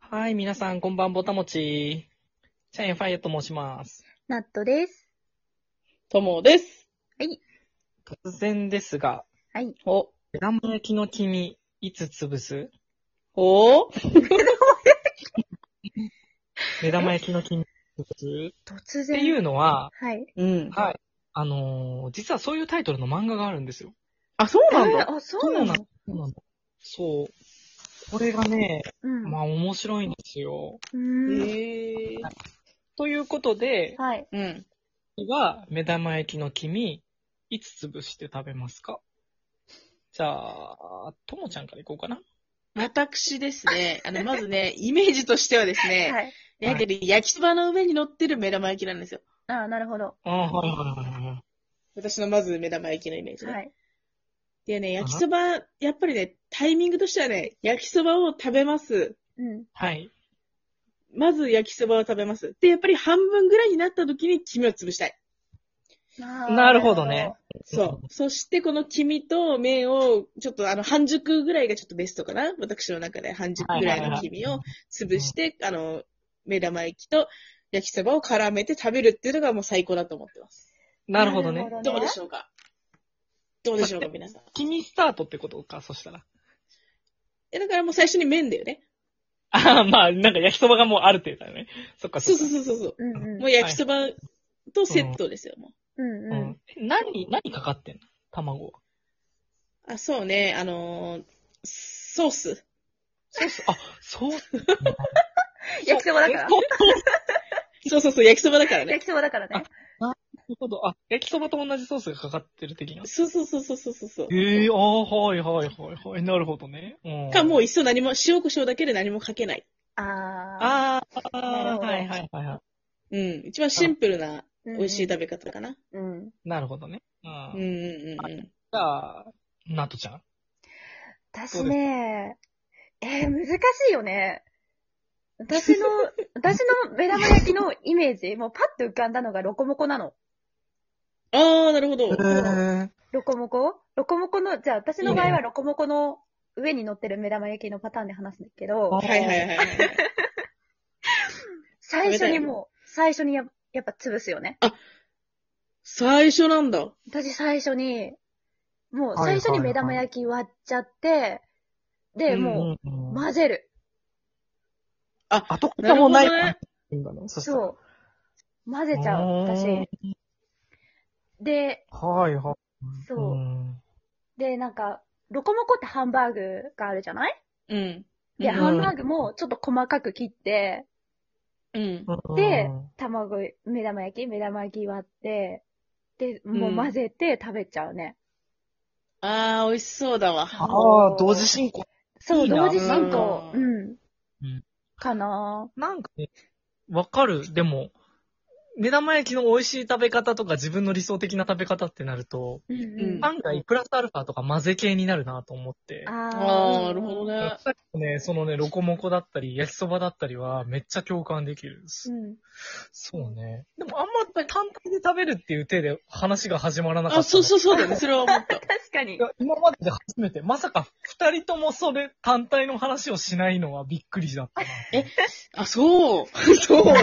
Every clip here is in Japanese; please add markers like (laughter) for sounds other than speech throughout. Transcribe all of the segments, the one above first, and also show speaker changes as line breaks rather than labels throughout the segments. はい、皆さん、こんばん、ぼたもち。チャインファイヤーと申します。
ナットです。
ともです。
突然ですが、
はい。
お、
目玉焼きの黄身、いつ潰す
(laughs)
お
目玉焼きの黄身、いつ潰す
突
っ
然。
ていうのは、
はい。
うん。
はい。あのー実はそういうタイトルの漫画があるんですよ。
あ、そうなんだ。
えーあ、そうなの
そうなのそう。これがね、
うん。
まあ面白いんですよ。
う
え
ーん。
ー。
ということで、
はい。
うん。
は、目玉焼きの黄身、いつ潰して食べますかじゃあ、ともちゃんからいこうかな。
私ですね、あの、まずね、イメージとしてはですね、
はい。
焼いてる焼きそばの上に乗ってる目玉焼きなんですよ。
あーなるほど。
ああ、はいはいはいはい。
私のまず目玉焼きのイメージね。
はい。
でね、焼きそば、やっぱりね、タイミングとしてはね、焼きそばを食べます。
うん。
はい。
まず焼きそばを食べます。で、やっぱり半分ぐらいになった時に黄身を潰したい。
あー
なるほどね。。
そう。そしてこの黄身と麺を、ちょっとあの、半熟ぐらいがちょっとベストかな。私の中で半熟ぐらいの黄身を潰して、あの、目玉焼きと焼きそばを絡めて食べるっていうのがもう最高だと思ってます。
なるほどね。
どうでしょうかどうでしょうか、皆さん。
黄身スタートってことか、そしたら。
え、だからもう最初に麺だよね。
ああ、まあ、なんか焼きそばがもうある程度だよね。そっか
そう
っか
そうそうそう。
うんうん。
もう焼きそばとセットですよ、もう。
うんう。
うんん。え何、何かかってんの卵は。
あ、そうね、あのーソース。
そうす。あ、そう。
(laughs) 焼きそばだから
えそうそう
そうそうそう、焼きそばだからね (laughs)
焼。きそばだからね。
いうこと。あ、焼きそばと同じソースがかかってる的な。
そうそうそうそうそうそう。
ええああ、はいはいはいはい。なるほどね。うん
か、もういっそ何も、塩胡椒だけで何もかけない。
ああ。
ああ、
なるほど
はいはいはいは
うん。一番シンプルな
美
美味しい。食べ方かな。
うん。
い。なるほどね。う
うんうん
ん。
うんうん。
じゃあ、ナトちゃん。
私ね、えー、難しいよね。私の、私の目玉焼きのイメージ、もうパッと浮かんだのがロコモコなの。
ああ、なるほど。
ー、
ロコモコロコモコの、じゃあ私の場合
いい
は
ね
ロコモコの上に乗ってる目玉焼きのパターンで話すんだけど、
はいはいはいはい。
最初に
食べたい
もう、最初にややっぱ潰すよね。
最初なんだ。
私最初に、もう
はいはい
最初に目玉焼き割っちゃって、で、も
うんうんう、
うん混ぜる。
後片もない。
なる
そしたら
そう。混ぜちゃう、私。。で、
はいはい。
そう
うん。
で、なんか、ロコモコってハンバーグがあるじゃない
うん。
で、
うん
ハンバーグもちょっと細かく切って、
うん。
で卵、目玉焼き、目玉焼き割って、で、もう混ぜて食べちゃうね。
ああ、美味しそうだわ。
あ
も
あ、
う
同時進行。
そう、
いいな
同時進行。
う
うん
うん。
かな
なんかね、わかる。でも、目玉焼きの美味しい食べ方とか自分の理想的な食べ方ってなると、
ぁ。うん
うん
案外プラスアルファとか混ぜ系になるなと思って。
あー
ああ、なるほどね。
さっきのね、そのね、ロコモコだったり、焼きそばだったりは、めっちゃ共感できる。
う
そ
ん。
そうね。でも、あんま単体で食べるっていう手で話が始まらなかった。。
あ、そうそううそうだね。それは
(laughs)
思った。
確かに
い。や今までで初めて、まさか二人ともそれ単体の話をしないのはびっくりだったな。
えあ、そう。そう。
そう。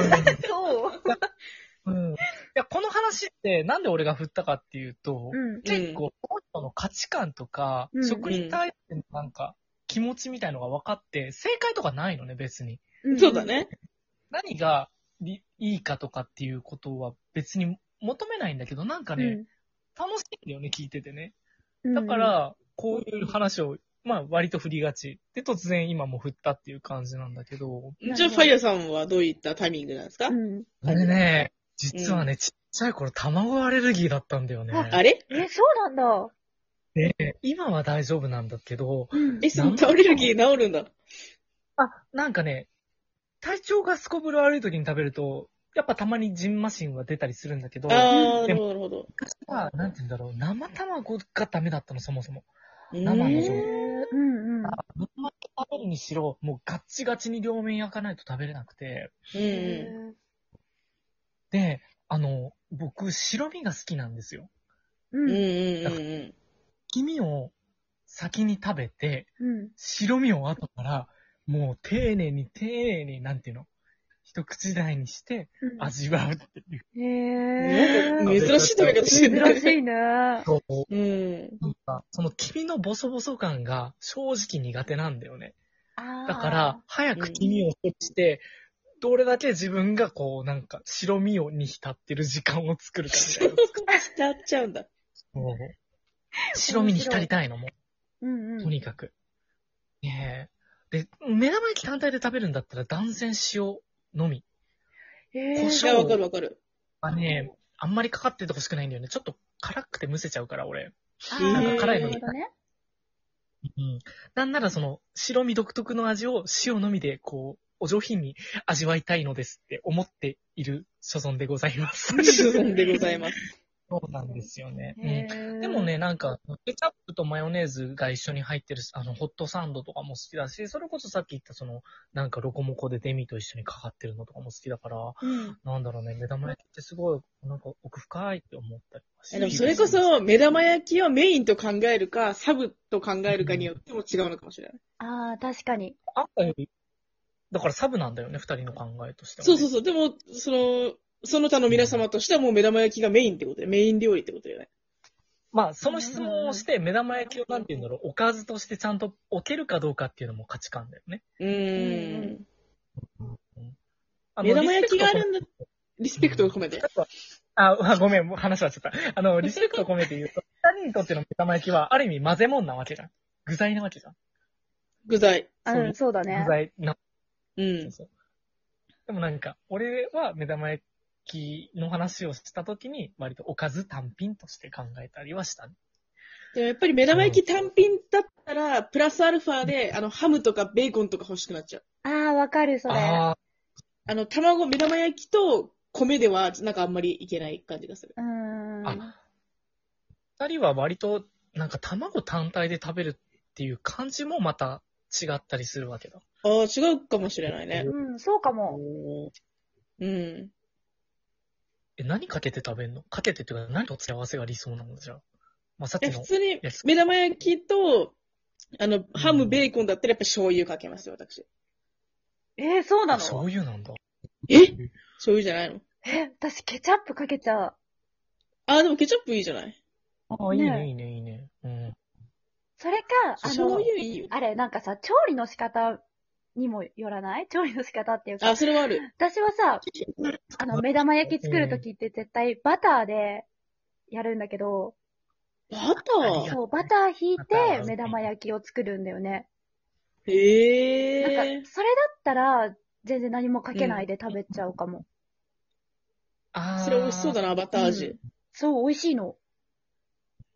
うん。いや、この話って、なんで俺が振ったかっていうと、
うん。
結構、この人の価値観とか、
うん
食に対してのなんか、気持ちみたいのが分かって、正解とかないのね、別に。
うん
そうだ。ね。
何がりいいかとかっていうことは別に求めないんだけど、なんか
う
ね、
ん
楽しいんだよね、聞いててね。だか、ら、こういう話を、まあ、割と振りがち。で、突然今も振ったっていう感じなんだけど、
うん
じゃあ、ファイヤーさんはどういったタイミングなんですか、
うんうん
あれね、実はね、ちっちゃい頃卵アレルギーだったんだよね。
あれ
え、そうなんだ。
で、今は大丈夫なんだけど、
うん
え、そのアレルギー治るんだ。
あ、なんかね、体調がすこぶる悪い時に食べると、やっぱたまにジンマシンは出たりするんだけど、
ああ、なるほど、なるほど。
昔は、なんて言うんだろう、生卵がダメだったの、そもそも。
生
の
えーうんうん。
生卵食べるにしろ、もうガッチガチに両面焼かないと食べれなくて。
うんう。
で、あの、僕、白身が好きなんですよ。
うんん。
うんうんうん
黄身を先に食べて、
うん。
白身を後からもう丁寧に丁寧に、なんていうの一口大にして
うん
味わうっていう。
へ
ね
ー。
珍しい食べ方してるね
珍しいな
そう
うん。
なんかその黄身のボソボソ感が正直苦手なんだよね。
あー
だから、、早く黄身を落として、どれだけ自分がこう、なんか、白身をに浸ってる時間を作るかみたいな。
伝わっちゃうんだ。
もう
(laughs)
白身に浸りたいのも
うんう
う、
ん。
とにかく。ねえ。で、目玉焼き単体で食べるんだったら、断然塩のみ。
へ
胡
い
椒
ー
や、わかるわかる。
あね、あんまりかかっててほしくないんだよね。ちょっと辛くてむせちゃうから、俺。
あ
な
ー
んか辛いの
なるほどね。
うん。なんならその、白身独特の味を塩のみで、こう、お上品に味わいたいのですって思っている所存でございます。
(laughs) 所存でございます。
そうなんですよね。うん
へー
でもね、、なんか、ケチャップとマヨネーズが一緒に入ってる、あの、ホットサンドとかも好きだし、それこそさっき言った、その、なんか、ロコモコでデミと一緒にかかってるのとかも好きだから、
うん。
なんだろうね、目玉焼きってすごい、なんか、奥深いって思ったりはして
えでもそれこ、そ、目玉焼きをメインと考えるか、サブと考えるかによっても違うのかもしれない。
ああ、確かに。
あったより、だからサブなんだよね、二人の考えとしては、
そうそう
う。
そう。でも、その、その他の皆様としてはもう目玉焼きがメインってことで、メイン料理ってことだよね。
まあ、その質問をして、目玉焼きをなんて言うんだろう、おかずとしてちゃんと置けるかどうかっていうのも価値観だよね。
うーん。
あの
目玉焼きがあ
リスペクト
るんだ。リスペクトを込めて。
あ、あごめん、もう話しちゃった。あの、リスペクト込めて言うと、二人にとっての目玉焼きは、ある意味混ぜ物なわけじゃん。具材なわけじゃん。
具材。
あ
そう
うん、そうだね
具。材な、
う。
そうんそう。でもなんか、俺は目玉焼きの話をしたときに、割とおかず単品として考えたりはしたね。
でもやっぱり目玉焼き単品だったら、プラスアルファで、あの、ハムとかベーコンとか欲しくなっちゃう。
ああ、わかる、それ。
ああ、
あの、卵、目玉焼きと米では、なんかあんまりいけない感じがする。
うーん。
あ二人は割と、なんか卵単体で食べるっていう感じもまた違ったりするわけだ。
ああ、違うかもしれないね。
うん、そうかも。
うん。
え、何かけて食べんのかけてっていうか、何と付け合わせが理想なのじゃあ。まあ、さっ
い
き
や
の
普。通に
焼きそば
目玉焼きと、あの、ハム、ベーコンだったらやっぱ醤油かけますよ、私。
えー、そうな
醤
の
油なんだ。
え醤油じゃないの
え、私ケチャップかけちゃう。
ああ、でもケチャップいいじゃない
ああ、いいね、いいね、いいね。うん。
それか、あ
醤
の
油、いいよ。
あれ、なんかさ、調理の仕方にもよらない調理の仕方っていうか
あ、、それはある。
私はさ、あの、目玉焼き作るときって絶対バターでやるんだけど、
バ
い
タ
や
ー
そう、バターひい
バター
て目玉焼きを作るんだよね。
へ
な
え
ん。か、それだったら、全然何もかけないで食べちゃうかも。
ああ。
それ美味しそうだな、バター味。
そう、美味しいの。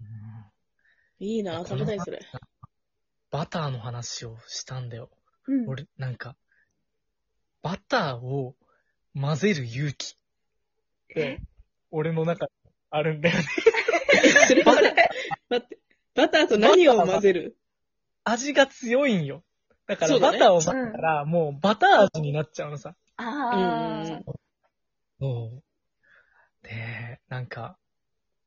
うん。
いいな、食べたい、それ。
バターの話をしたんだよ。
うん。
俺、なんか、バターを混ぜる勇気って、俺の中にあるんだよね。 (laughs)
それはあれ待って。バターと何を混ぜる
味が強いんよ。だから、
そうだ
バ
ね
ターを混ぜたら、もうバター味になっちゃうのさ。
うんうん
ああ、
うん。
そう。で、なんか、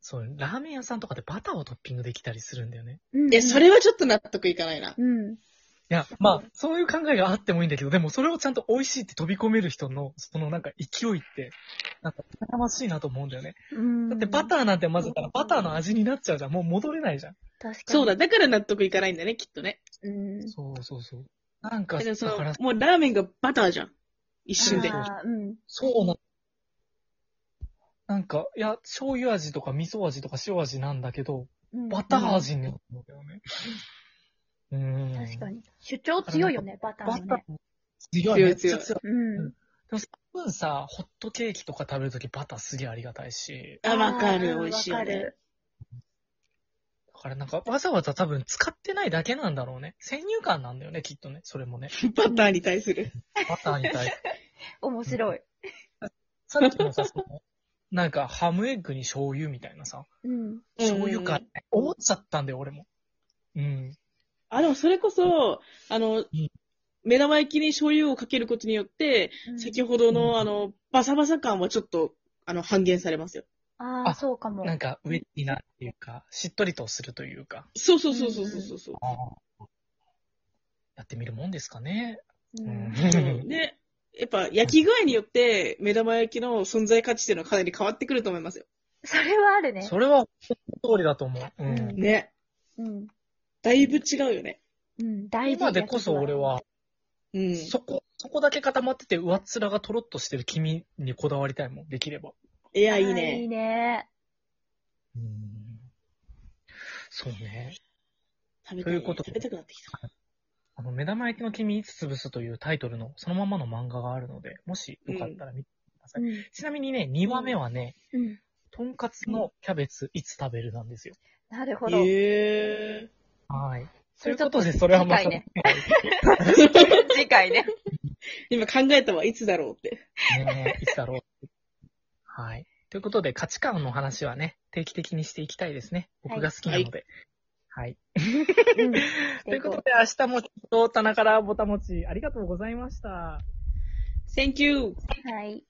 そう、ラーメン屋さんとかでバターをトッピングできたりするんだよね。
うん。
いや、それはちょっと納得いかないな。
うん。
いや、まあ、そういう考えがあってもいいんだけど、でもそれをちゃんと美味しいって飛び込める人の、そのなんか勢いって、なんか、羨ましいなと思うんだよね。
うん。
だってバターなんて混ぜたら、バターの味になっちゃうじゃん。もう戻れないじゃん。
確かに。
そうだ、。だから納得いかないんだね、きっとね。
うん。
そうそうそう。なんか、
だから
だ
そ
か
の
ら、、
もうラーメンがバターじゃん。一瞬で。
あ
ーうん。
そうな、なんか、いや、醤油味とか味噌味とか塩味なんだけど、
うん
バター味になるんだよね。うん。
確か。に。主張強いよね、バター
バ
の
ター
ね。、
強い、
強い
めっちゃ強い。
うん。
でも、多分さ、ホットケーキとか食べるときバターすげえありがたいし、
あ、わかる、
あー
美味しいよ
わか
ね。
る
だからなんかわざわざ多分使ってないだけなんだろうね。先入観なんだよね、きっとね。それもね。
バターに対する。
バターに対して。
面白い。
さっきもさ、そのなんかハムエッグに醤油みたいなさ、
うん。
醤油か
うん。
思っちゃったんだよ、俺も。うん。
あ、でもそれこそ、あの、目玉焼きに醤油をかけることによって、先ほど
うん
の、あの、バサバサ感はちょっと、あの、半減されますよ。
あ
あ
あ、そうかも。
なんか、ウェッティなっていうか、しっとりとするというか。
そうそうそうそうそうそう。う
やってみるもんですかね。
うん
うん
で、やっぱ焼き具合によって目玉焼きの存在価値っていうのはかなり変わってくると思いますよ。
それはあるね。
それは、通りだと思う。うん
うん
ね。
うん。
だいぶ違うよね。
うん、大事
今でこそ俺は、
うん。
そこ、そこだけ固まってて、上っ面がとろっとしてる君にこだわりたいもん、できれば。
いや、
あー
いい
いい
ね。
ね。
そうね。
食べ
と
た
いうこと
食べたくなってきた。
あの、目玉焼きの君いつ潰すというタイトルの、そのままの漫画があるので、もしよかったら見てください。
うん。
ちなみにね、2話目はね、
うん。
とんかつのキャベツいつ食べるなんですよ。
なるほど。
へえ
はい。
そ
とい
れ
う
ちょ
こ
っと
とで、それはまた、
次回ね次回ね。
(laughs) 今考えたわ、いつだろうって。
ねえ、いつだろう。はい。ということで、価値観の話はね、定期的にしていきたいですね。僕が好きなので。はい。
うん。
(laughs) ということで、明日もきっと棚からぼたもち、ありがとうございました。
Thank you!
はい。